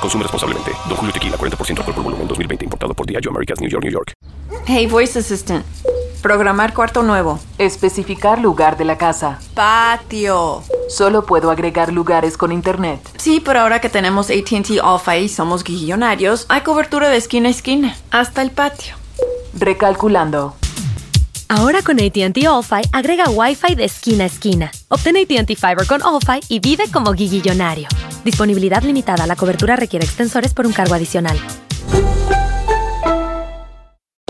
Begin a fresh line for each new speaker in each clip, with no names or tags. Consume responsablemente. Don Julio Tequila, 40% alcohol por volumen, 2020. Importado por Diageo Americas, New York, New York.
Hey, Voice Assistant. Programar cuarto nuevo.
Especificar lugar de la casa.
Patio.
Solo puedo agregar lugares con internet.
Sí, pero ahora que tenemos ATT Alpha y somos guillonarios, hay cobertura de esquina a esquina, hasta el patio.
Recalculando.
Ahora con ATT All-Fi agrega Wi-Fi de esquina a esquina. Obtén ATT Fiber con All-Fi y vive como guillonario. Disponibilidad limitada. La cobertura requiere extensores por un cargo adicional.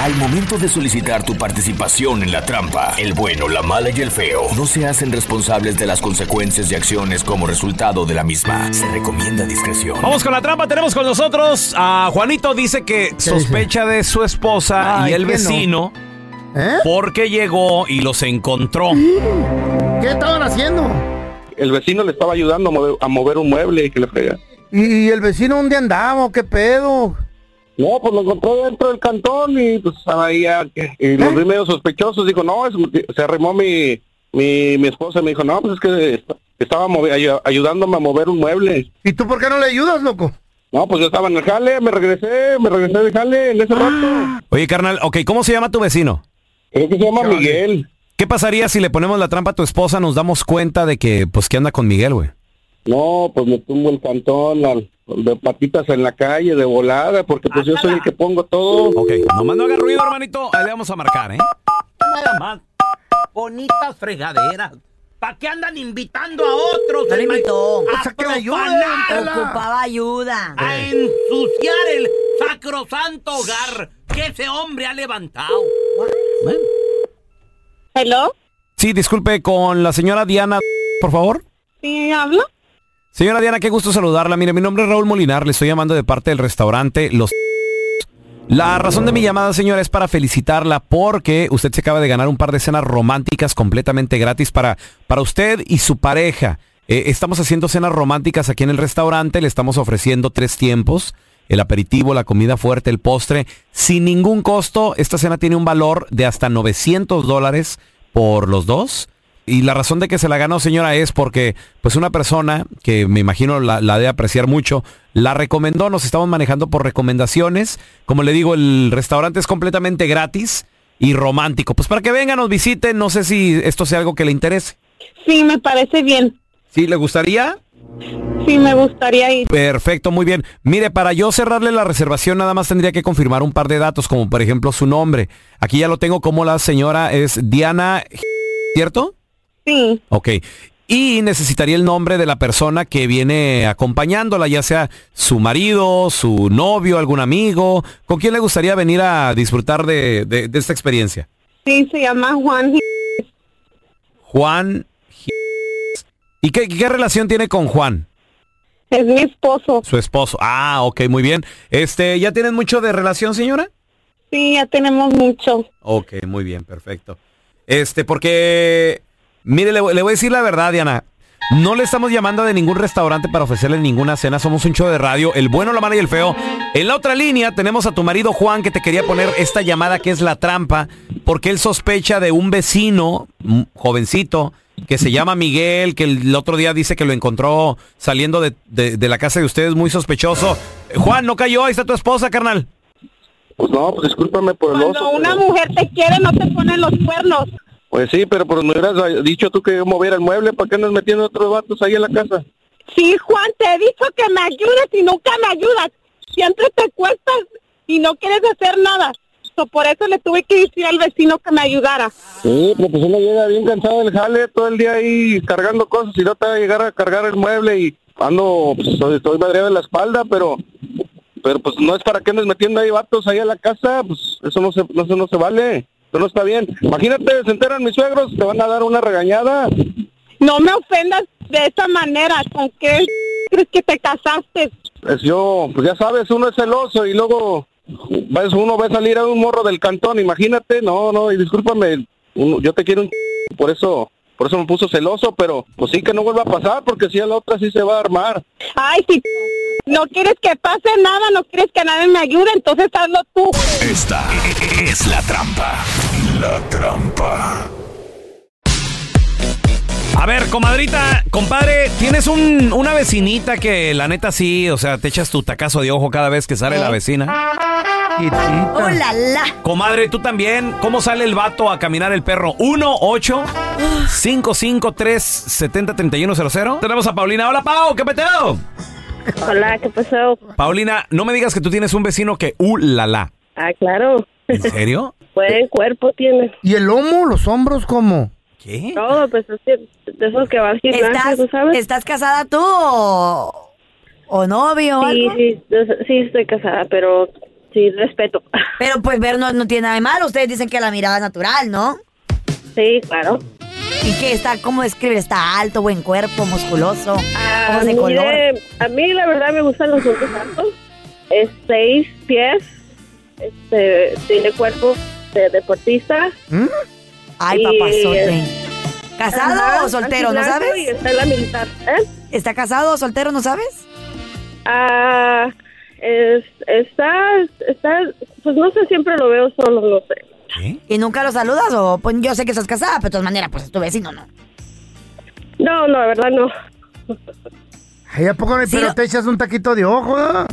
Al momento de solicitar tu participación en la trampa, el bueno, la mala y el feo no se hacen responsables de las consecuencias y acciones como resultado de la misma. Se recomienda discreción.
Vamos con la trampa, tenemos con nosotros a Juanito, dice que sospecha de su esposa
Ay,
y el
que no.
vecino porque llegó y los encontró.
¿Qué estaban haciendo?
El vecino le estaba ayudando a mover, a mover un mueble y que le pega.
¿Y, y el vecino dónde andaba? o ¿Qué pedo?
No, pues lo encontró dentro del cantón y pues ahí ya que- y los vi medio sospechosos. Dijo, no, es- se arrimó mi, mi, mi esposa y me dijo, no, pues es que est- estaba movi- ayu- ayudándome a mover un mueble.
¿Y tú por qué no le ayudas, loco?
No, pues yo estaba en el jale, me regresé, me regresé del jale en ese
Ah.
rato.
Oye, carnal, ok, ¿cómo se llama tu vecino?
Creo que se llama Miguel.
¿Qué pasaría si le ponemos la trampa a tu esposa? Nos damos cuenta de que, pues, que anda con Miguel, güey.
No, pues me tumbo el cantón al- de patitas en la calle, de volada, porque pues yo soy el que pongo todo.
Ok, nomás no haga ruido, hermanito. Ahí le vamos a marcar, ¿eh?
Nada más. Bonitas fregaderas. ¿Para qué andan invitando a otros?
No le invitó.
A
O sea, que le ayuden,
profanar,
Ocupaba ayuda. Eh.
A ensuciar el sacrosanto hogar que ese hombre ha levantado.
¿Hello?
Sí, disculpe, con la señora Diana, por favor.
¿Sí habla?
Señora Diana, qué gusto saludarla. Mire, mi nombre es Raúl Molinar, le estoy llamando de parte del restaurante Los... La razón de mi llamada, señora, es para felicitarla porque usted se acaba de ganar un par de cenas románticas completamente gratis para, para usted y su pareja. Eh, estamos haciendo cenas románticas aquí en el restaurante, le estamos ofreciendo tres tiempos, el aperitivo, la comida fuerte, el postre, sin ningún costo. Esta cena tiene un valor de hasta 900 dólares por los dos. Y la razón de que se la ganó, señora, es porque pues una persona que me imagino la, la de apreciar mucho, la recomendó, nos estamos manejando por recomendaciones. Como le digo, el restaurante es completamente gratis y romántico. Pues para que venga, nos visite, no sé si esto sea algo que le interese.
Sí, me parece bien.
¿Sí le gustaría?
Sí, me gustaría ir.
Perfecto, muy bien. Mire, para yo cerrarle la reservación nada más tendría que confirmar un par de datos, como por ejemplo su nombre. Aquí ya lo tengo como la señora es Diana, ¿cierto?
Sí.
Ok. Y necesitaría el nombre de la persona que viene acompañándola, ya sea su marido, su novio, algún amigo. ¿Con quién le gustaría venir a disfrutar de, de- de esta experiencia?
Sí, se llama Juan.
Juan. G- ¿Y qué, qué relación tiene con Juan,
Es mi esposo.
su esposo? Ah, ok, muy bien. Este, ¿ya tienen mucho de relación, señora?
Sí, ya tenemos mucho.
Ok, muy bien, perfecto. Este, porque, mire, le, voy- le voy a decir la verdad, Diana. No le estamos llamando de ningún restaurante para ofrecerle ninguna cena. Somos un show de radio, el bueno, la mala y el feo. En la otra línea tenemos a tu marido Juan que te quería poner esta llamada que es la trampa, porque él sospecha de un vecino un jovencito que se llama Miguel, que el otro día dice que lo encontró saliendo de, de- de la casa de ustedes muy sospechoso. Eh, Juan, no cayó, ahí está tu esposa, carnal.
Pues no, pues discúlpame por el oso.
Cuando una mujer te quiere, no te ponen los cuernos.
Pues sí, pero pues me hubieras dicho tú que yo moviera el mueble, ¿para qué andas metiendo otros vatos ahí en la casa?
Sí, Juan, te he dicho que me ayudes y nunca me ayudas. Siempre te cuestas y no quieres hacer nada. So, por eso le tuve que decir al vecino que me ayudara.
Sí, pero pues uno llega bien cansado del jale todo el día ahí cargando cosas y no te va a llegar a cargar el mueble y ando, pues estoy, estoy madreado de la espalda, pero pero pues no es para que andes metiendo ahí vatos ahí a la casa, pues eso no se, no, eso no se vale, eso no está bien. Imagínate, se enteran mis suegros, te van a dar una regañada.
No me ofendas de esa manera. ¿Con qué crees que te casaste?
Pues yo, pues ya sabes, uno es celoso y luego ves, uno va a salir a un morro del cantón, imagínate, no, no, y discúlpame, uno- yo te quiero un ch- por eso, por eso me puso celoso, pero pues sí que no vuelva a pasar, porque si a la otra sí se va a armar.
Ay, si no quieres que pase nada, no quieres que nadie me ayude, entonces hazlo tú.
Esta es la trampa. La trampa.
A ver, comadrita, compadre, tienes un- una vecinita que la neta sí, o sea, te echas tu tacazo de ojo cada vez que sale la vecina.
Eh. Hola, la.
Comadre, tú también, ¿cómo sale el vato a caminar el perro? 1 8 553 70 31 00. Tenemos a Paulina. Hola, Pau, ¿qué peteo?
Hola, ¿qué pasó?
Paulina, no me digas que tú tienes un vecino que uh la la.
Ah, claro.
¿En serio?
Buen cuerpo tiene.
¿Y el lomo, los hombros, cómo?
¿Qué?
Todo, pues es que de esos que va al gimnasio, pues,
¿Estás,
¿tú sabes?
¿Estás casada tú o, o novio o
Sí,
algo?
sí, yo- sí, estoy casada, pero sí, respeto.
Pero pues ver no, no tiene nada de malo. Ustedes dicen que la mirada es natural, ¿no?
Sí, claro.
¿Y qué está? ¿Cómo describir? ¿Está alto, buen cuerpo, musculoso?
A
ojos de
mí,
color?
de- a mí, la verdad, me gustan los hombres altos. Es seis pies. Este, tiene cuerpo de deportista.
¿Mm?
Ay,
Y-
papazote. ¿Casado
Ajá,
o soltero,
al
no
gimnasio
sabes?
y está en la militar, ¿eh?
¿Está casado o soltero, no sabes?
Ah, es- está, está, pues no sé, siempre lo veo solo, no sé.
¿Y nunca lo saludas? O pues yo sé que estás casada, pero de todas maneras, pues es tu vecino, ¿no?
No, no, la verdad no.
Ay, ¿a poco no hay- pero te echas un taquito de ojo? ah?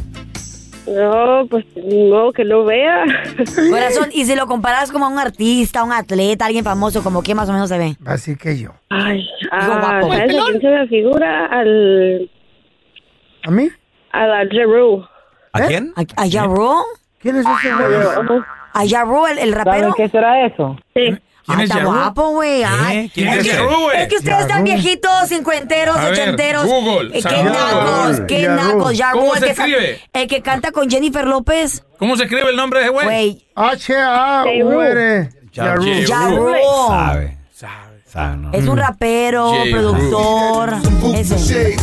No, pues no, que no vea.
Corazón, y si lo comparas como a un artista, un atleta, alguien famoso, como que más o menos se ve.
Así que yo.
Ay,
Digo,
ah,
guapo.
¿sabes a quién se me figura? Al...
¿A mí? ¿Eh?
A la Jeru.
¿A quién?
¿A Yarro?
¿Quién es ese
güey?
¿A Yarro, el, el rapero?
qué será eso?
Sí.
Ah, está guapo, güey. Ay,
¿Eh? ¿Quién
es,
es
que,
ese? Yarú, güey.
es que ustedes están
Yarú.
viejitos, cincuenteros,
Ah, A ver,
ochenteros.
Google,
Eh, qué
Yarú.
nacos, qué
Yarú.
nacos. Yarú,
¿Cómo
el
se
que can-
escribe?
El que canta con Jennifer López.
¿Cómo se escribe el nombre de ese güey?
h a u r E.
Yarú.
Yarú.
Sabe. Sabe, ¿no? Mm.
Es
Mm.
un rapero,
Yarú.
productor. Ese.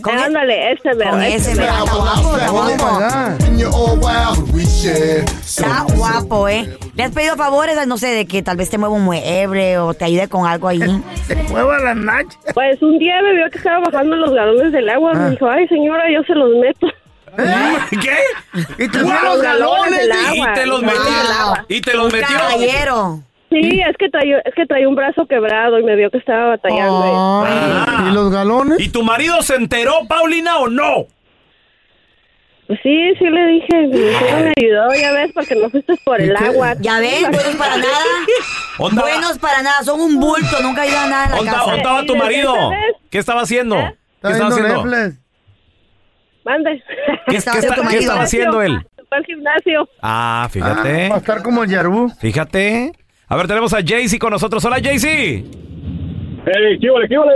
Ándale, ese mero.
Con ese mero. Está guapo, está guapo. Está guapo, ¿eh? ¿Le has pedido favores? No sé, de que tal vez te mueva un mueble o te ayude con algo ahí.
Te mueva las nachas.
Pues un día me vio que estaba bajando los galones del agua. Me dijo, ay, señora, yo se los meto.
¿Qué? ¿Y te
mueve los galones, del
Y
agua,
te los
los
metió.
galones del agua.
Y te los metió.
Sí, es que traía es que traía un brazo quebrado y me vio que estaba batallando.
¿Y los galones?
¿Y tu marido se enteró, Paulina, o no?
Pues sí, sí le dije, mi mujer me ayudó, ya ves, porque no fuiste por el agua.
Ya ves, buenos para nada.
Onda-
Buenos para nada, son un bulto, nunca ayudan a nada en la
¿Dónde
casa.
dónde estaba tu marido? ¿Qué estaba haciendo? ¿Qué estaba haciendo?
Mande.
¿Qué- qué está- qué estaba haciendo él?
Fue al gimnasio.
Ah, fíjate.
Va a estar como el Yarú.
Fíjate. A ver, tenemos a Jaycee con nosotros. Hola, Jaycee.
Hey, ¿qué vale, qué vale?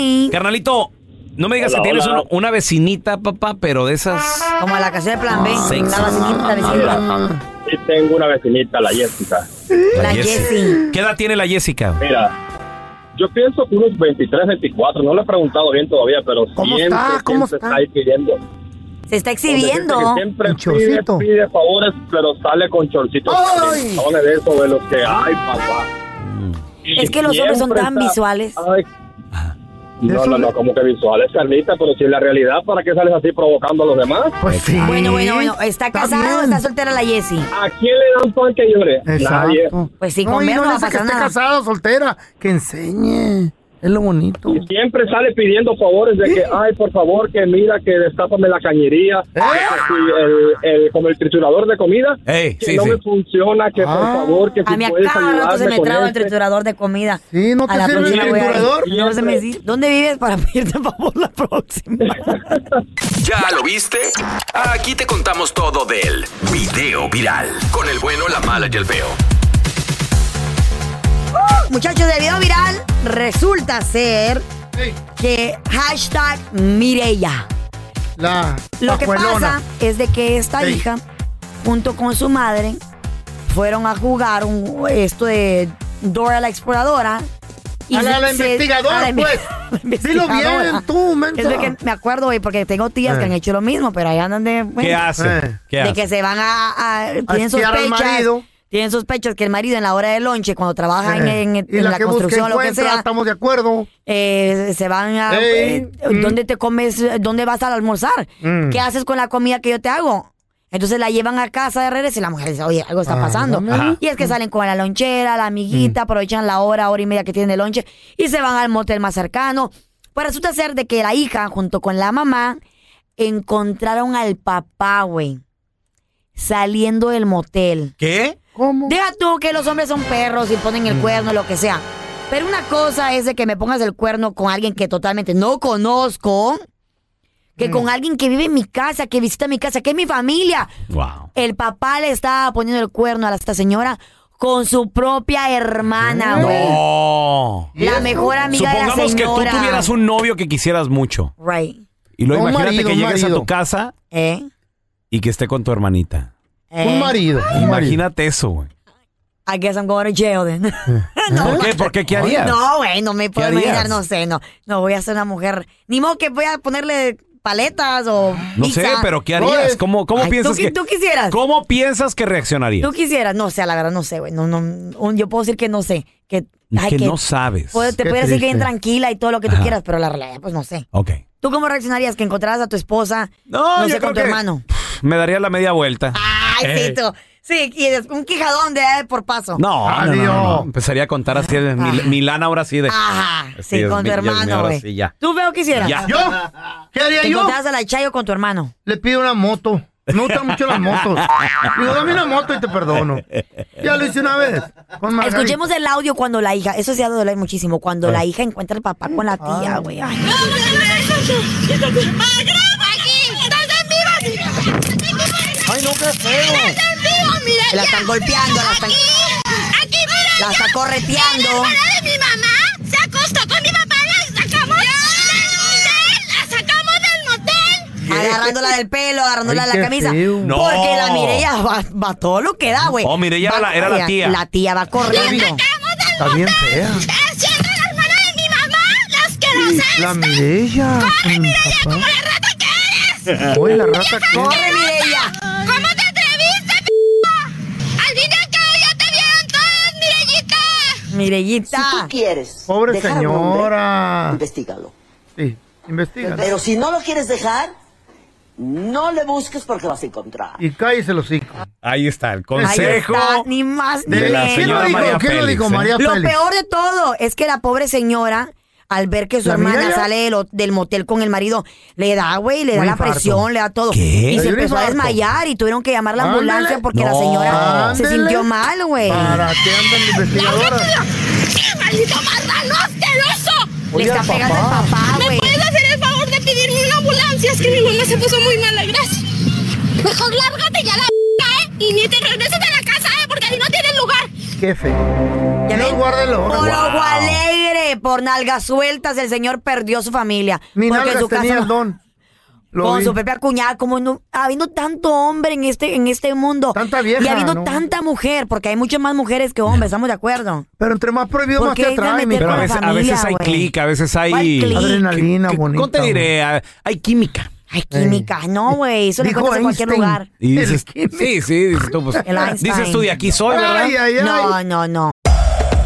Hi.
Carnalito, no me digas
Hola,
que tienes
hola.
un- una vecinita, papá, pero de esas.
Como la canción de Plan B.
Ah, Sexy.
La vecinita, la vecinita.
Sí, tengo una vecinita, la Jessica.
La Jessy. ¿Qué edad tiene la Jessica?
Mira, yo pienso que unos 23, 24, no le he preguntado bien todavía, pero siempre, siempre está? ahí pidiendo.
Se está
Porque
exhibiendo.
Siempre pide, pide favores, pero sale con chorcitos.
¡Ay!
Son de esos de los que, ay, papá.
Es que los hombres son
Siempre
tan
está-
visuales.
No, no, no, como que visuales, Carlita, pero si es la realidad, ¿para qué sales así provocando a los demás?
Pues sí.
Bueno, bueno, bueno. ¿Está casada o está soltera la Jessie?
¿A quién le dan pan que llore? Nadie.
Pues sin
No, y
comer
no
no, va a
dice que
pasar
esté
nada.
casada o soltera, que enseñe. Es lo bonito.
Y siempre sale pidiendo favores de que, ay, por favor, que mira, que destápame la cañería, que
¿Eh?
si el, el- como el triturador de comida,
Ey,
que
sí,
no
sí.
me funciona, que por
Ah.
favor, que
A
si
mí a
puedes
cada rato se
ayudarme
me
con
traba el
este.
triturador de comida.
Sí, no
a
te
la
sirve el
próxima voy a ir.
triturador.
No se me dice, ¿Dónde vives para pedirte favor la próxima?
¿Ya lo viste? Aquí te contamos todo del video viral. Con el bueno, la mala y el feo.
Muchachos, de video viral resulta ser que hashtag Mireya.
La
Lo que
pajuelona.
pasa es de que esta
Ey.
hija, junto con su madre, fueron a jugar un, esto de Dora la Exploradora.
A la- a la investigadora,
inve-
pues.
la
Dilo bien,
investigadora.
tú, mensa.
Es de que me acuerdo, güey, porque tengo tías que
Eh.
han hecho lo mismo, pero ahí andan de... bueno,
¿Qué hacen? Eh. ¿Qué
de
hacen?
que se van a... a- tienen
espiar al
sospechas.
marido.
Tienen sospechas que el marido en la hora del lonche, cuando trabaja en-
Eh.
en,
Y
en
la
la
que busca
construcción, lo que
encuentra,
sea.
estamos de acuerdo.
Eh, se van a.
Ey,
eh, ¿Dónde te comes? eh, ¿Dónde vas a almorzar?
Mm.
¿Qué haces con la comida que yo te hago? Entonces la llevan a casa de regreso y la mujer dice, oye, algo está
Ah,
pasando.
dame. Ajá.
Y es que salen con la lonchera, la amiguita, aprovechan la hora, hora y media que tienen de lonche y se van al motel más cercano. Pues resulta ser de que la hija, junto con la mamá, encontraron al papá, güey, saliendo del motel.
¿Qué?
¿Cómo? Deja tú que los hombres son perros y ponen el cuerno, lo que sea. Pero una cosa es de que me pongas el cuerno con alguien que totalmente no conozco, que con alguien que vive en mi casa, que visita mi casa, que es mi familia.
Wow.
El papá le estaba poniendo el cuerno a esta señora con su propia hermana, güey.
No.
La ¿Y eso? mejor amiga de la
Supongamos que
señora.
tú tuvieras un novio que quisieras mucho.
Right.
Y luego
Un
imagínate
marido,
que
un
llegues a
marido.
tu casa
¿Eh?
y que esté con tu hermanita.
¿Eh? Un marido, un
Imagínate eso, güey.
I guess I'm going to jail then.
¿Por qué? ¿Por qué? ¿Qué harías?
No, güey, no me puedo
harías?
imaginar, no sé, no. No voy a ser una mujer. Ni modo que voy a ponerle paletas o.
No
pizza. Pues,
sé, pero ¿qué harías? ¿Cómo, cómo
Ay,
piensas
tú,
que,
Tú quisieras.
¿Cómo piensas que reaccionaría?
Tú quisieras. No, o sea, la verdad, no sé, güey. No, no, un- yo puedo decir que no sé. Que, ay,
que no sabes.
puedo- te
Pues, Qué
puedo decir que bien
triste.
tranquila y todo lo que tú
Ajá.
quieras, pero la realidad, pues no sé.
Ok.
¿Tú cómo reaccionarías? ¿Que encontraras a tu esposa?
No, yo
sé, con
creo
tu
que-
hermano.
Me daría la media vuelta.
Ay,
Eh.
sí, tú. Sí, y des- un quijadón de eh, por paso.
No, no, no, no, no. Empezaría a contar así de Mil- Milán ahora sí de.
Ajá,
Así
sí,
es,
con tu
mi- ya es mi
hermano,
ahora
güey.
sí, ya.
¿Tú veo que hicieras?
Ya.
¿Yo? ¿Qué haría
¿Te
yo?
encontrabas a la Chayo con tu hermano?
Le pido una moto. Me gustan mucho las motos. Digo, dame una moto y te perdono. Ya lo hice una vez. Con Margarita.
Escuchemos el audio cuando la hija, eso se ha de doler muchísimo, cuando
Ah.
la hija encuentra al papá con la tía, güey. Ay,
Ay, no, qué feo.
La están golpeando, la están...
Aquí, mira.
La está correteando.
La hermana de mi mamá se acostó con mi papá, la sacamos del motel, la sacamos del motel.
Agarrándola del pelo, agarrándola
Ay,
de
qué
la camisa.
feo.
Porque
No.
la Mireya va, va todo lo que da, güey.
Oh, Mireya
Va-
era la- era la tía.
La tía va corriendo.
Está bien fea.
Siendo la hermana de mi mamá, la asquerosa.
La Mireya. Corre, Mireya, como la rata que eres. Oye, la rata que
¡Corre,
Mireya!
¿Cómo te atreviste, p***? Al fin y al cabo ya te vieron todas, Mirellita.
Mirellita.
Si tú quieres.
Pobre
dejar a un
señora.
hombre, investígalo.
Sí, investiga.
Pero si no lo quieres dejar, no le busques porque vas a encontrar.
Y cállese los hijos.
Ahí está, el consejo.
Ahí está, ni más ni
de la
menos.
señora ¿Quién lo dijo? María ¿Quién lo Félix, dijo? eh? María
Lo
Félix.
peor de todo es que la pobre señora, al ver que su
¿La
hermana
Mireya?
sale del, del motel con el marido, le da, güey, le
Un
da la
infarto.
presión, le da todo.
¿Qué? Le
Y se
dio un
empezó a
infarto.
desmayar y tuvieron que llamar la ambulancia
Ándale.
porque la
No.
señora se
Ándale.
sintió mal, güey.
¿Para qué andan de investigadora?
¡Qué maldito marrano Ah, asqueroso!
Oye, al papá.
¿Me puedes hacer el favor de pedirme una ambulancia? Es que mi mamá se puso muy mala, gracias. Mejor lárgate ya la p***, ¿eh? Y ni te regreses a la casa, ¿eh? Porque ahí no tienes lugar.
Qué feo.
Ya ven, por
Wow.
ojo alegre, por nalgas sueltas, el señor perdió su familia.
Mi
Porque en
nalgas
su casa
tenía
no-
el don. Lo
con
vi.
su propia cuñada, como no, habiendo tanto hombre en este, en este mundo. Tanta
vieja,
Y habiendo
¿no?
tanta mujer, porque hay muchas más mujeres que hombres, estamos de acuerdo.
Pero entre más prohibido,
¿Por
más
qué
te atrae.
meter
mi
con
Pero a
la
veces, a
familia,
veces hay
güey?
clic, a veces
¿Cuál
hay.
clic? Adrenalina
bonita. ¿Cómo te diré? Ah, Hay química.
Hay química. No, güey, eso lo
Eh. Dijo
encuentras en cualquier
Einstein.
lugar.
Y dices, sí, sí, dices tú, pues,
El Einstein.
dices tú de aquí soy, ¿verdad?
No, no, no.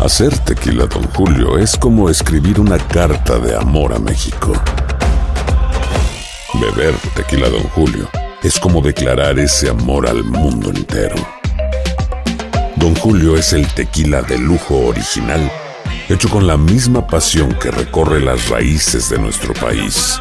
Hacer tequila Don Julio es como escribir una carta de amor a México. Beber tequila Don Julio es como declarar ese amor al mundo entero. Don Julio es el tequila de lujo original, hecho con la misma pasión que recorre las raíces de nuestro país.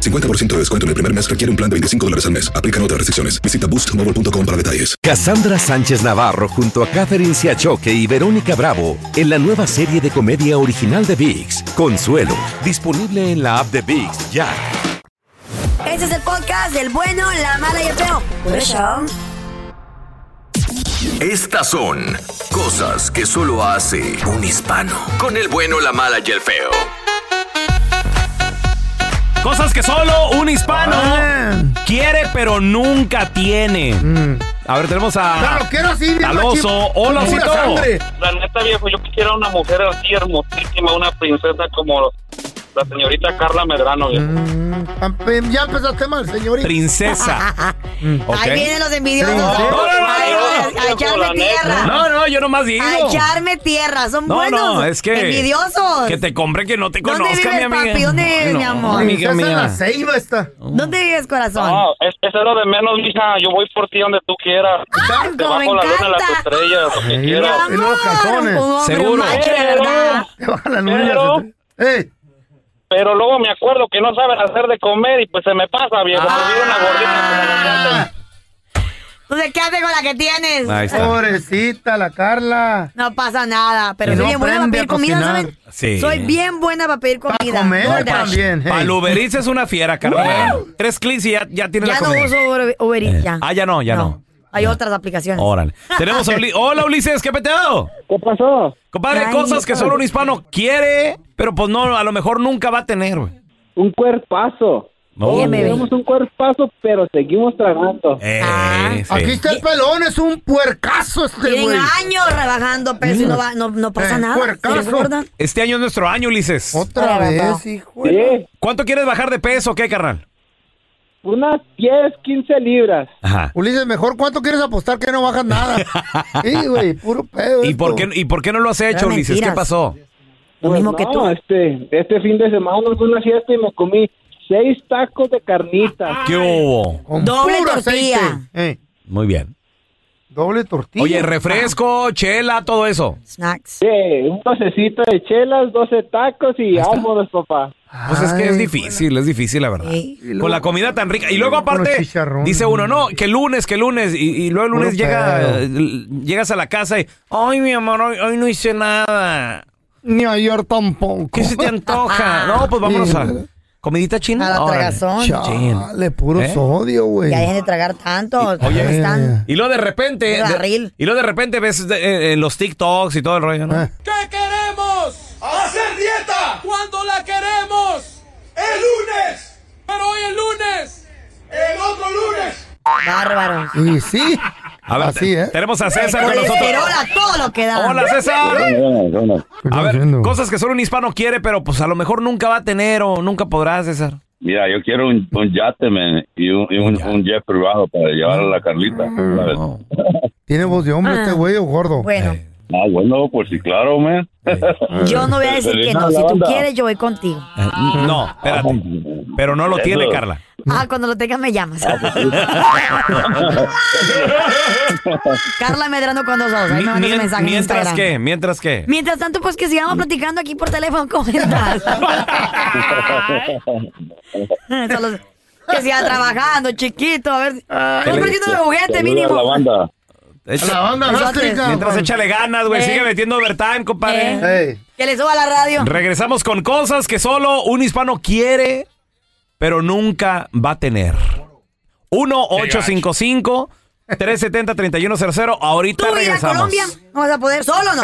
50% de descuento en el primer mes requiere un plan de 25 dólares al mes. Aplican otras restricciones. Visita boostmobile.com para detalles.
Cassandra Sánchez Navarro junto a Catherine Siachoque y Verónica Bravo en la nueva serie de comedia original de VIX, Consuelo, disponible en la app de VIX ya.
Este es el podcast del bueno, la mala y el feo. Por eso.
Estas son cosas que solo hace un hispano. Con el bueno, la mala y el feo.
Cosas que solo un hispano Ah. quiere pero nunca tiene. A ver, tenemos a...
Claro, quiero así, bien
Taloso.
machín,
Hola,
con pura
Osito.
sangre.
La neta, viejo, yo quisiera una mujer así hermosísima, una princesa como la señorita Carla Medrano, viejo.
Mm. Pam, em, Ya empezaste mal, señorita.
Princesa. Mm,
Ahí vienen los envidiosos.
No, no, no,
Ay,
no,
a echarme tierra.
No, no, yo nomás digo.
A echarme tierra. Son
No,
buenos.
no, es que...
Envidiosos.
Que te compre que no te conozca,
vive
mi
el
amiga.
papi? ¿Dónde vive,
Ay,
mi
no,
amor?
Amiga
Princesa
mía.
la
Ceiba está.
Uh.
¿Dónde vives, corazón?
No, es, eso es lo de menos, mija. Yo voy por ti donde tú quieras.
como me
Debajo la luna, las estrellas, lo que quieras.
Y luego calzones.
Seguro. Pero, pero luego me acuerdo que no saben hacer de comer y pues se me pasa, viejo. Me
Ah.
olvido una
Entonces, ¿qué haces con la que tienes?
Ahí está.
Pobrecita la Carla.
No pasa nada, pero
Que
soy
no
bien buena para
aprende a
pedir comida,
cocinar.
¿saben?
Sí.
Soy bien buena para pedir comida.
No,
DoorDash.
pa- Pa'l Uber Eats es una fiera, carnal. Tres clics y ya, ya tienes
Ya
la
no
comida.
uso Uber, Uber Eats, ya.
Ah, ya no, ya no.
Hay otras
Oh.
aplicaciones.
Órale. Tenemos a Ulises. Hola, Ulises, ¿qué peteado?
¿Qué pasó?
Compadre,
Ay,
cosas que
hijo.
solo un hispano quiere, pero pues no, a lo mejor nunca va a tener, güey.
Un cuerpazo.
No.
Bien, bebé.
tenemos un cuerpazo, pero seguimos tragando.
Eh,
Ah.
Aquí está el pelón, es un puercazo este
Tienen
güey.
años rebajando peso y no, va- no, no pasa
Eh,
nada.
puercazo.
¿Sí, gorda?
Este año es nuestro año, Ulises.
Otra vez, hijo. de-
¿Cuánto quieres bajar de peso, qué, carnal?
Unas 10, 15 libras.
Ajá.
Ulises, mejor cuánto quieres apostar que no bajas nada. Sí, güey, puro pedo.
¿Y por,
esto.
qué, ¿Y por qué no lo has hecho,
Eran
Ulises? ¿Qué
mentiras.
pasó?
Lo mismo que tú. Pues Este, este fin de semana fue una fiesta y me comí seis tacos de carnitas.
¿Qué hubo?
Con
Doble
puro aceite.
tortilla.
Eh,
Muy bien.
doble tortilla.
Oye, refresco, chela, todo eso.
Snacks.
Sí, un docecito de chelas, 12 tacos y vámonos, papá.
Pues es que es difícil, es difícil, la verdad. Con la comida tan rica. Y luego, aparte, dice uno, no, que lunes, que lunes. Y, y luego el lunes
Puro
llega,
pedo.
eh, llegas a la casa y, ay, mi amor, hoy, hoy no hice nada.
Ni ayer tampoco.
¿Qué se te antoja? No, pues vámonos a comidita china.
A la
Órale.
tragazón.
Chin.
Dale, puro
¿Eh?
sodio, güey. Eh.
Ya dejen de tragar tanto.
Oye,
¿Cómo están?
y luego de repente,
Un
de-
barril.
y luego de repente ves eh, eh, los TikToks y todo el rollo,
Ah,
¿no?
¿Qué queremos? ¡Hacer dieta! ¿Cuándo la queremos? ¡El lunes! ¡Pero hoy el lunes! ¡El otro lunes!
Bárbaros.
Y sí. ¿eh?
A ver, te- tenemos a César con
Colesterol
nosotros.
a todo lo que da.
Hola, César. A ver,
haciendo?
cosas que solo un hispano quiere, pero pues a lo mejor nunca va a tener o nunca podrá, César.
Mira, yo quiero un, un yate, man, y un, y un, un jet privado para llevar a la Carlita. ¿sabes?
Tiene voz de hombre este güey o gordo.
Ah, Bueno,
Ah, bueno, pues sí, claro, man.
yo no voy a decir que no. Si tú quieres, yo voy contigo.
No, espérate. Pero no lo
Ah, Eso.
tiene, Carla.
Ah, cuando lo tengas me llamas. Carla Medrano con dos ojos. Ahí me mandas un
Mien-
mensaje en
mientras
Instagram.
que, mientras que.
Mientras tanto, pues que sigamos platicando aquí por teléfono. ¿Cómo estás? Solo- que siga trabajando, chiquito. A ver.
Ah,
Ah, eh,
Estoy perdiendo de juguete, mínimo.
La banda.
Echa-
La banda
Besotes.
gástrica.
Mientras échale ganas, güey.
Eh.
Sigue metiendo overtime, compadre.
Eh.
Que le suba la radio.
Regresamos con cosas que solo un hispano quiere, pero nunca va a tener. 1-855. 370-3100. Ahorita
Tú ir a
regresamos.
Colombia, no vas a poder solo, ¿no?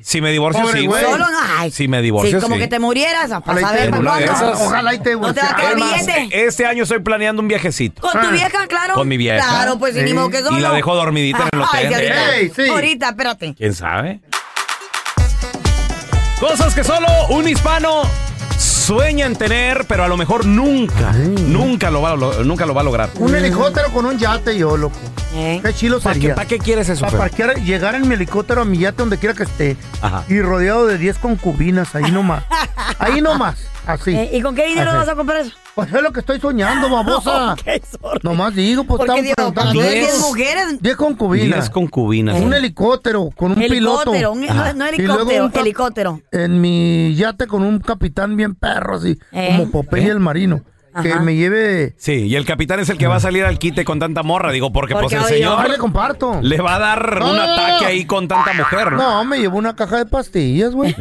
Si me divorcio,
Pobre
sí.
güey. Solo no, ay.
Si me divorcio,
Sí, como
sí.
que te murieras, a
Ojalá y te-
saber
en
para
una de
cuándo.
esas. Ojalá y te
No te va a quedar
Además,
billete.
este año estoy planeando un viajecito.
Con
Ah.
tu vieja, claro.
Con mi vieja.
Claro, pues, y ni
Sí.
modo que solo.
Y la dejo dormidita en el
Ay,
hotel.
sí, ahorita.
¿eh?
Ey, sí.
Ahorita, espérate.
¿Quién sabe? Cosas que solo un hispano sueña en tener, pero a lo mejor nunca, nunca lo va a, lo- nunca lo va a lograr.
Un helicóptero con un yate, yo, loco.
¿Eh?
Qué chilo
¿Para
sería.
qué- para qué quieres eso,
Para
Fer?
parquear, llegar en mi helicóptero a mi yate donde quiera que esté.
Ajá.
Y rodeado de 10 concubinas, ahí nomás. ahí nomás, así.
Eh, ¿Y con qué dinero
Así.
vas a comprar eso?
Pues es lo que estoy soñando, babosa.
Qué
nomás digo, pues
Porque
estamos
digo,
preguntando.
cuando eres 10 mujeres-
10 concubinas.
Diez concubinas.
Un
Eh.
helicóptero con un piloto.
Helicóptero, un- no- no
Y
helicóptero,
luego un cap-
helicóptero.
En mi yate con un capitán bien perro, así.
Eh.
Como Popeye
Eh.
el marino. Que
Ajá.
me lleve.
Sí, y el capitán es el que va a salir al quite con tanta morra, digo, porque, pues el
Ahora le
señor
comparto.
le va a dar
No,
un
no, no,
ataque
no.
ahí con tanta mujer. Eh.
No, me llevo una caja de pastillas, güey.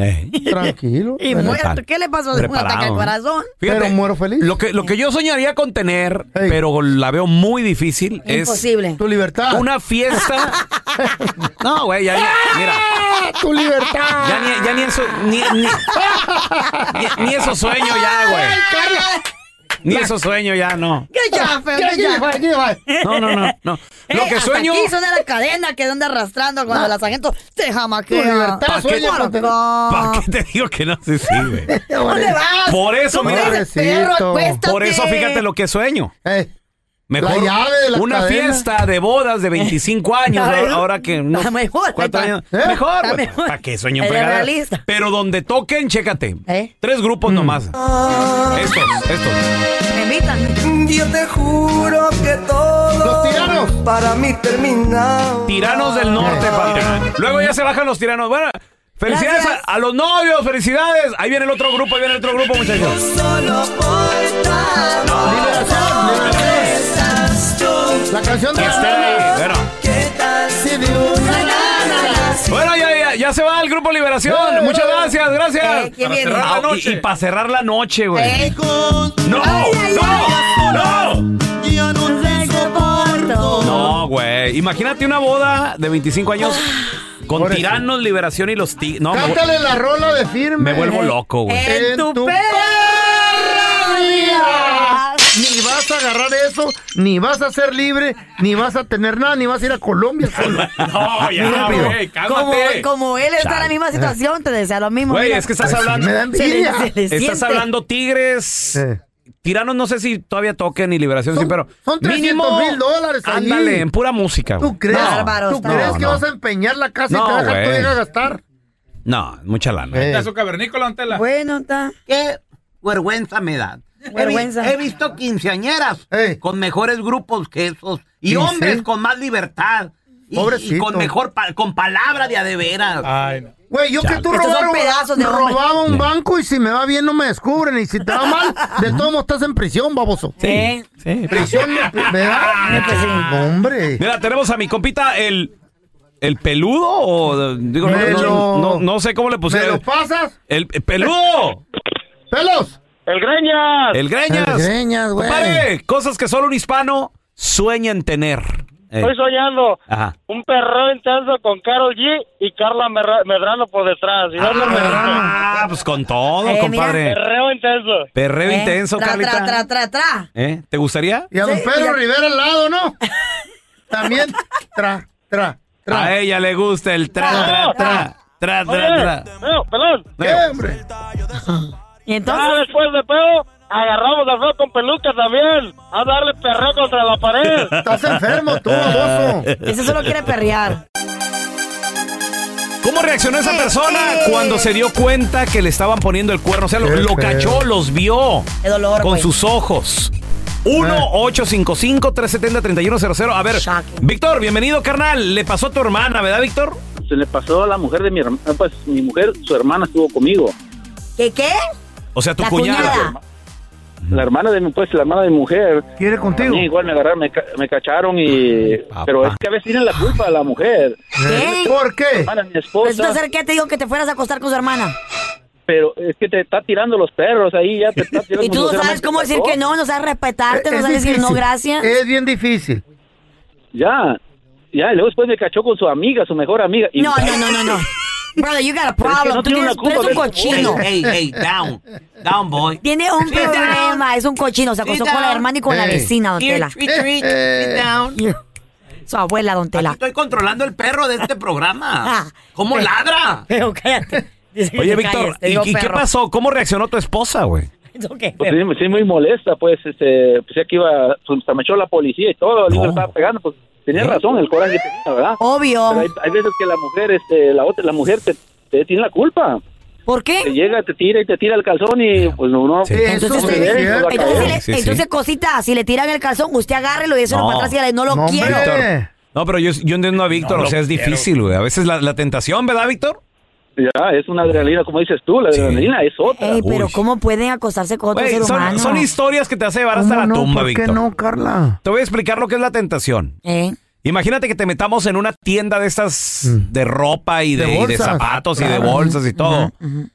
Tranquilo.
Y
Bueno,
muerto,
tal.
¿qué le pasó? Un ataque al
Preparado, ¿eh?
corazón.
Fíjate,
muero feliz.
Lo que, lo que yo soñaría con tener, pero la veo muy difícil, es
Imposible.
Tu libertad. ¡Eh!
Una fiesta. No, güey, ya ni, mira,
Tu libertad.
ya ni, ya ni eso, ni, ni, ni- ni eso sueño ya, güey. Ni eso sueño ya, no.
¿Qué ya, feo?
¿Qué-
¿Qué
qué
ya?
lleva, qué lleva?
No, no, no, no. Lo
Eh,
que
hasta
sueño,
Aquí son de la cadena que anda arrastrando cuando la sargento se jamaquea.
Tu Ah. libertad,
¿Pa' qué?
sueña
Por
con tener-
acá.
¿para qué te digo que no se sirve?
¿Dónde vas?
Por eso,
¿Cómo
mira,
eres, perro? Acuéstate.
por eso fíjate lo que sueño. Mejor
Eh, la llave de la
una
cadena.
fiesta de bodas de 25 años,
Ay,
ahora- ahora que no.
está mejor,
cuatro
ahí
años.
está. ¿Eh?
Mejor,
Está
güey.
mejor.
¿Para qué sueño
Eres
fregada?
realista. ¿Eh? Mm.
Pero donde toquen, chécate. Tres grupos nomás. Estos, estos.
Me invitan.
Yo te juro que todo. Los tiranos. Para mí terminado.
Tiranos del norte, papi. Luego ya se bajan los tiranos. Bueno, felicidades a,
Gracias.
a los novios, felicidades. Ahí viene el otro grupo, ahí viene el otro grupo, muchachos.
Solo
La canción de
Este, bueno. Bueno, ya, ya, ya se va el grupo Liberación.
Eh,
Muchas gracias, gracias.
eh, ¿quién Para viene? cerrar la
Ah,
noche.
Y, para cerrar la noche, güey.
¡No! ¡No! ¡No! Yo no te soporto.
No, güey. Imagínate una boda de 25 años con tiranos, liberación y los tigres. No, me, vu-
Cántale la rola de firme.
me vuelvo loco, güey.
En tu perra vida. Ni vas a agarrar eso, ni vas a ser libre, ni vas a tener nada, ni vas a ir a Colombia solo.
No, ya,
Mira,
güey,
Pío.
Como,
cálmate.
como él está en la misma situación, te desea lo mismo.
Güey,
mira.
es que estás
Pues sí,
hablando.
me da envidia. Se le- se le
estás
siente.
hablando tigres. Tiranos, no sé si todavía toquen y liberación, sí, pero.
son 300
mínimo,
mil dólares ahí.
Ándale, en pura música. güey.
¿Tú crees,
No,
¿tú crees que vas a empeñar la casa
No,
y te vas a dejar tu
güey.
vieja gastar?
No, mucha lana.
Eh.
¿Está su cavernícola, Antela?
Bueno, está.
Qué vergüenza me da. He vi-
Vergüenza.
He, visto quinceañeras
Eh.
con mejores grupos que esos y
¿Sí?
hombres con más libertad. Y, y
Pobrecito.
con mejor, pa- con palabra de a de veras.
Güey, yo que tú
Estos son
robara un-
pedazos de hombre.
robaba un banco y si me va bien no me descubren y si te va mal, de todos modos estás en prisión, baboso.
Sí, sí.
Prisión, ¿verdad? Hombre.
Mira, tenemos a mi compita el. ¿El peludo? O, digo, no,
Me
no,
lo-
no- no sé cómo le
¿Me
pusieron.
lo pasas?
El, el peludo.
¡Pelos!
El Greñas. El Greñas.
El Greñas, güey.
Compadre, cosas que solo un hispano sueña en tener. Eh,
Estoy soñando
Ajá.
un perro intenso con Carol G y Carla Merra- Medrano por detrás. Y dándole-
Ah, pues con todo,
Eh, mira,
compadre.
Perreo intenso.
Perreo
Eh,
intenso,
tra,
Carlita.
tra, tra,
Tra, tra.
¿Eh? ¿Te gustaría?
Y a don Pedro Rivera al lado, ¿no? También, tra, tra.
A ella le gusta el tra, tra, tra, tra, tra, tra.
No, pelón.
¿Qué,
¿Y entonces?
después de pedo, agarramos al feo con peluca también. A darle perreo contra la pared.
Estás enfermo tú, baboso.
Ese solo quiere perrear.
¿Cómo reaccionó esa persona cuando se dio cuenta que le estaban poniendo el cuerno? O sea, lo,
Qué
lo
feo.
cachó, los vio.
Qué dolor,
Con
güey.
sus ojos.
Ah.
1-855-370-3100. A ver, Víctor, bienvenido, carnal. Le pasó a tu hermana, ¿verdad, Víctor?
se le pasó a la mujer de mi hermana, pues mi mujer, su hermana estuvo conmigo.
¿Qué qué?
O sea, tu
La
cuñada.
cuñada. La hermana de mi, pues la hermana de mi mujer.
¿Quiere contigo?
igual me agarraron, me, ca- me cacharon y... Pero es que a veces tienen la culpa la mujer.
¿Por qué?
Hermana, mi
Resulta
esposa,
Pues ser que te dijo que te fueras a acostar con su hermana.
pero es que te está tirando los perros ahí, ya te está tirando
Y tú no sabes cómo decir que no, no sabes respetarte, no sabes decir no, gracias.
Es bien difícil.
Ya, ya, y luego después me cachó con su amiga, su mejor amiga. Y
No, no, no, no, no. Brother, you got a
Pero es que
problem.
no
Tú
tiene
tienes-
una
tú eres
culpa
un
de eso.
cochino.
Hey, hey,
down. Down, boy.
Tiene un
Sit down.
problema, es un cochino. Se
Sit
acostó con la
down.
hermana y con la
Hey.
vecina, don
Here,
Tela. Eh,
treat, treat, sit down.
Su abuela, don Tela.
Estoy controlando el perro de este programa. ¿Cómo ladra?
Pero cállate.
Oye, Víctor, ¿y, y qué pasó? ¿Cómo reaccionó tu esposa, güey?
Pues sí, sí, muy molesta, pues, este, pues ya que iba, pues, se me echó la policía y todo, el niño le estaba pegando, pues, tenía razón el coraje que tenía, ¿verdad?
¿Eh? Obvio.
Pero hay, hay veces que la mujer, este, la otra, la mujer te, te tiene la culpa.
¿Por qué?
Te llega, te tira y te tira el calzón y, pues, no, no.
Entonces,
se
usted-
debe, no va a
entonces,
caer.
si le- entonces, cosita, si le tiran el calzón, usted agárrelo y eso no. para atrás y dígale, no lo quiero.
Víctor, No, pero yo, yo entiendo a Víctor, o sea, es difícil, güey. A veces la, la tentación, ¿verdad, Víctor?
Ya, es una adrenalina, como dices tú, la adrenalina es otra.
Ey, pero ¿cómo pueden acostarse con otro
Güey,
ser humano?
son, son historias que te hace llevar hasta
¿Cómo
la
no?
tumba,
¿Por qué
Víctor.
no, Carla?
Te voy a explicar lo que es la tentación.
¿Eh?
Imagínate que te metamos en una tienda de estas de ropa y
Mm. De
de, y de
bolsas.
zapatos y de
Claro.
bolsas y todo.
Ujú,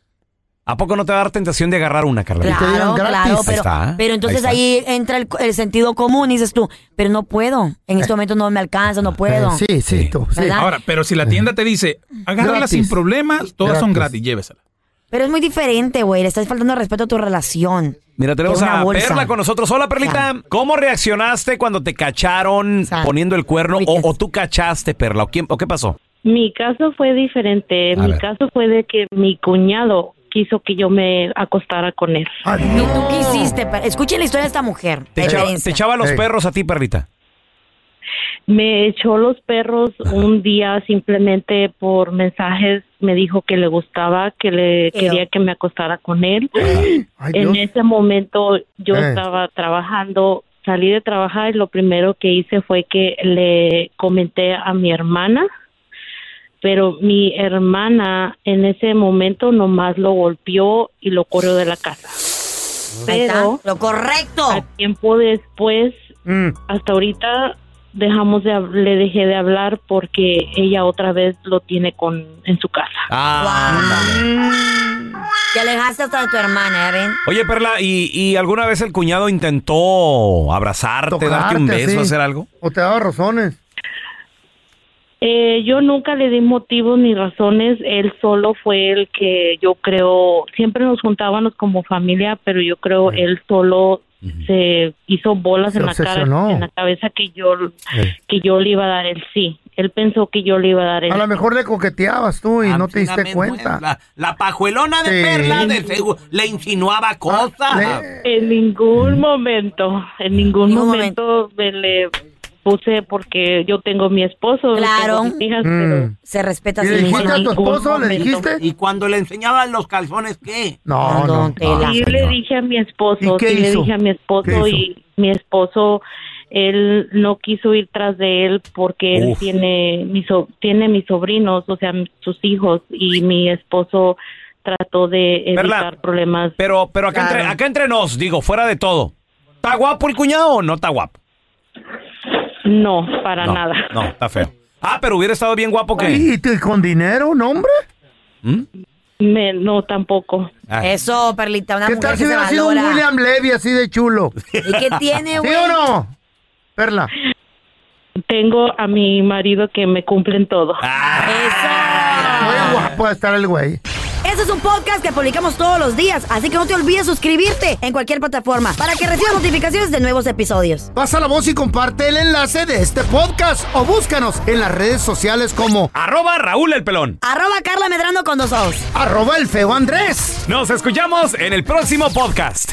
¿A poco no te va a dar tentación de agarrar una, Carla?
Claro, claro,
Ahí
pero,
está,
pero entonces
está.
ahí, entra el, el sentido común y dices tú, pero no puedo, en este momento no me alcanza, no puedo.
Eh, Sí,
Eh,
sí, tú. sí.
¿Verdad?
Ahora, pero si la tienda te dice, agárrala
Gratis.
sin problemas, todas son
Gratis.
gratis, llévesela.
Pero es muy diferente, güey, le estás faltando el respeto a tu relación.
Mira, tenemos
Que una
a
bolsa.
Perla con nosotros. Hola, Perlita. ¿Cómo reaccionaste cuando te cacharon poniendo el cuerno? O, o tú cachaste, Perla? ¿O, quién, o qué pasó?
Mi caso fue diferente.
A
mi
ver.
caso fue de que mi cuñado quiso que yo me acostara con él.
¿Y tú qué hiciste? Per- Escuchen la historia de esta mujer.
Te
la
echaba, te
herencia.
echaba los perros a ti, Perlita.
Me echó los perros un día simplemente por mensajes. Me dijo que le gustaba, que le quería que me acostara con él. en Dios. ese momento yo Eh. estaba trabajando, salí de trabajar y lo primero que hice fue que le comenté a mi hermana, pero mi hermana en ese momento nomás lo golpeó y lo corrió de la casa.
Ahí está,
Pero
lo correcto.
tiempo después,
Mm.
hasta ahorita dejamos de hab- le dejé de hablar porque ella otra vez lo tiene con en su casa.
Ah.
Ah,
Te alejaste hasta de tu hermana, ¿ya ven?
Oye, Perla, ¿y, y alguna vez el cuñado intentó abrazarte, darte un
Tocarte,
beso,
sí.
hacer algo?
O te daba razones.
Eh, yo nunca le di motivos ni razones, él solo fue el que yo creo, siempre nos juntábamos como familia, pero yo creo él solo se hizo bolas Se en la cara,
obsesionó.
en la cabeza que yo
Ey.
que yo le iba a dar el sí. Él pensó que yo le iba a dar el
A lo
sí.
mejor le coqueteabas tú y no te diste
Amiga,
cuenta.
la-
La pajuelona de
Sí.
perla de seguro le insinuaba
Ah,
cosas.
En ningún momento, en ningún
Ningún
momento me le puse porque yo tengo mi esposo,
Claro.
tengo mis hijas,
Mm.
pero
Se respeta
¿Y
sí
le
mismo.
dijiste a tu esposo? ¿Le dijiste?
¿Y cuando le enseñaban los calzones qué?
No, no.
Sí, le dije a mi esposo,
¿Y qué
sí le
hizo?
dije a mi esposo
¿Qué
y mi esposo, él no quiso ir tras de él porque él
Uf.
tiene mis, tiene mis sobrinos, o sea, sus hijos y mi esposo trató de evitar
Perla,
problemas.
Pero, pero acá, entre, acá entre nos, digo, fuera de todo. ¿Está guapo el cuñado o no está guapo?
No, para
No,
nada.
No, está feo. Ah, pero hubiera estado bien guapo que...
Ay, ¿Y tú- y con dinero, no, hombre?
Me- no, tampoco.
Ah.
Eso, Perlita, una
¿Qué
mujer
tal si
que se
hubiera sido un
valora.
William Levy así de chulo?
¿Y qué tiene, güey?
¿Sí o no? Perla.
Tengo a mi marido que me cumplen todo.
Muy guapo de estar el güey.
Este es un podcast que publicamos todos los días, así que no te olvides suscribirte en cualquier plataforma para que recibas notificaciones de nuevos episodios.
Pasa la voz y comparte el enlace de este podcast o búscanos en las redes sociales como
Arroba Raúl el pelón.
Arroba Carla Medrano con dos ojos.
arroba el feo Andrés.
Nos escuchamos en el próximo podcast.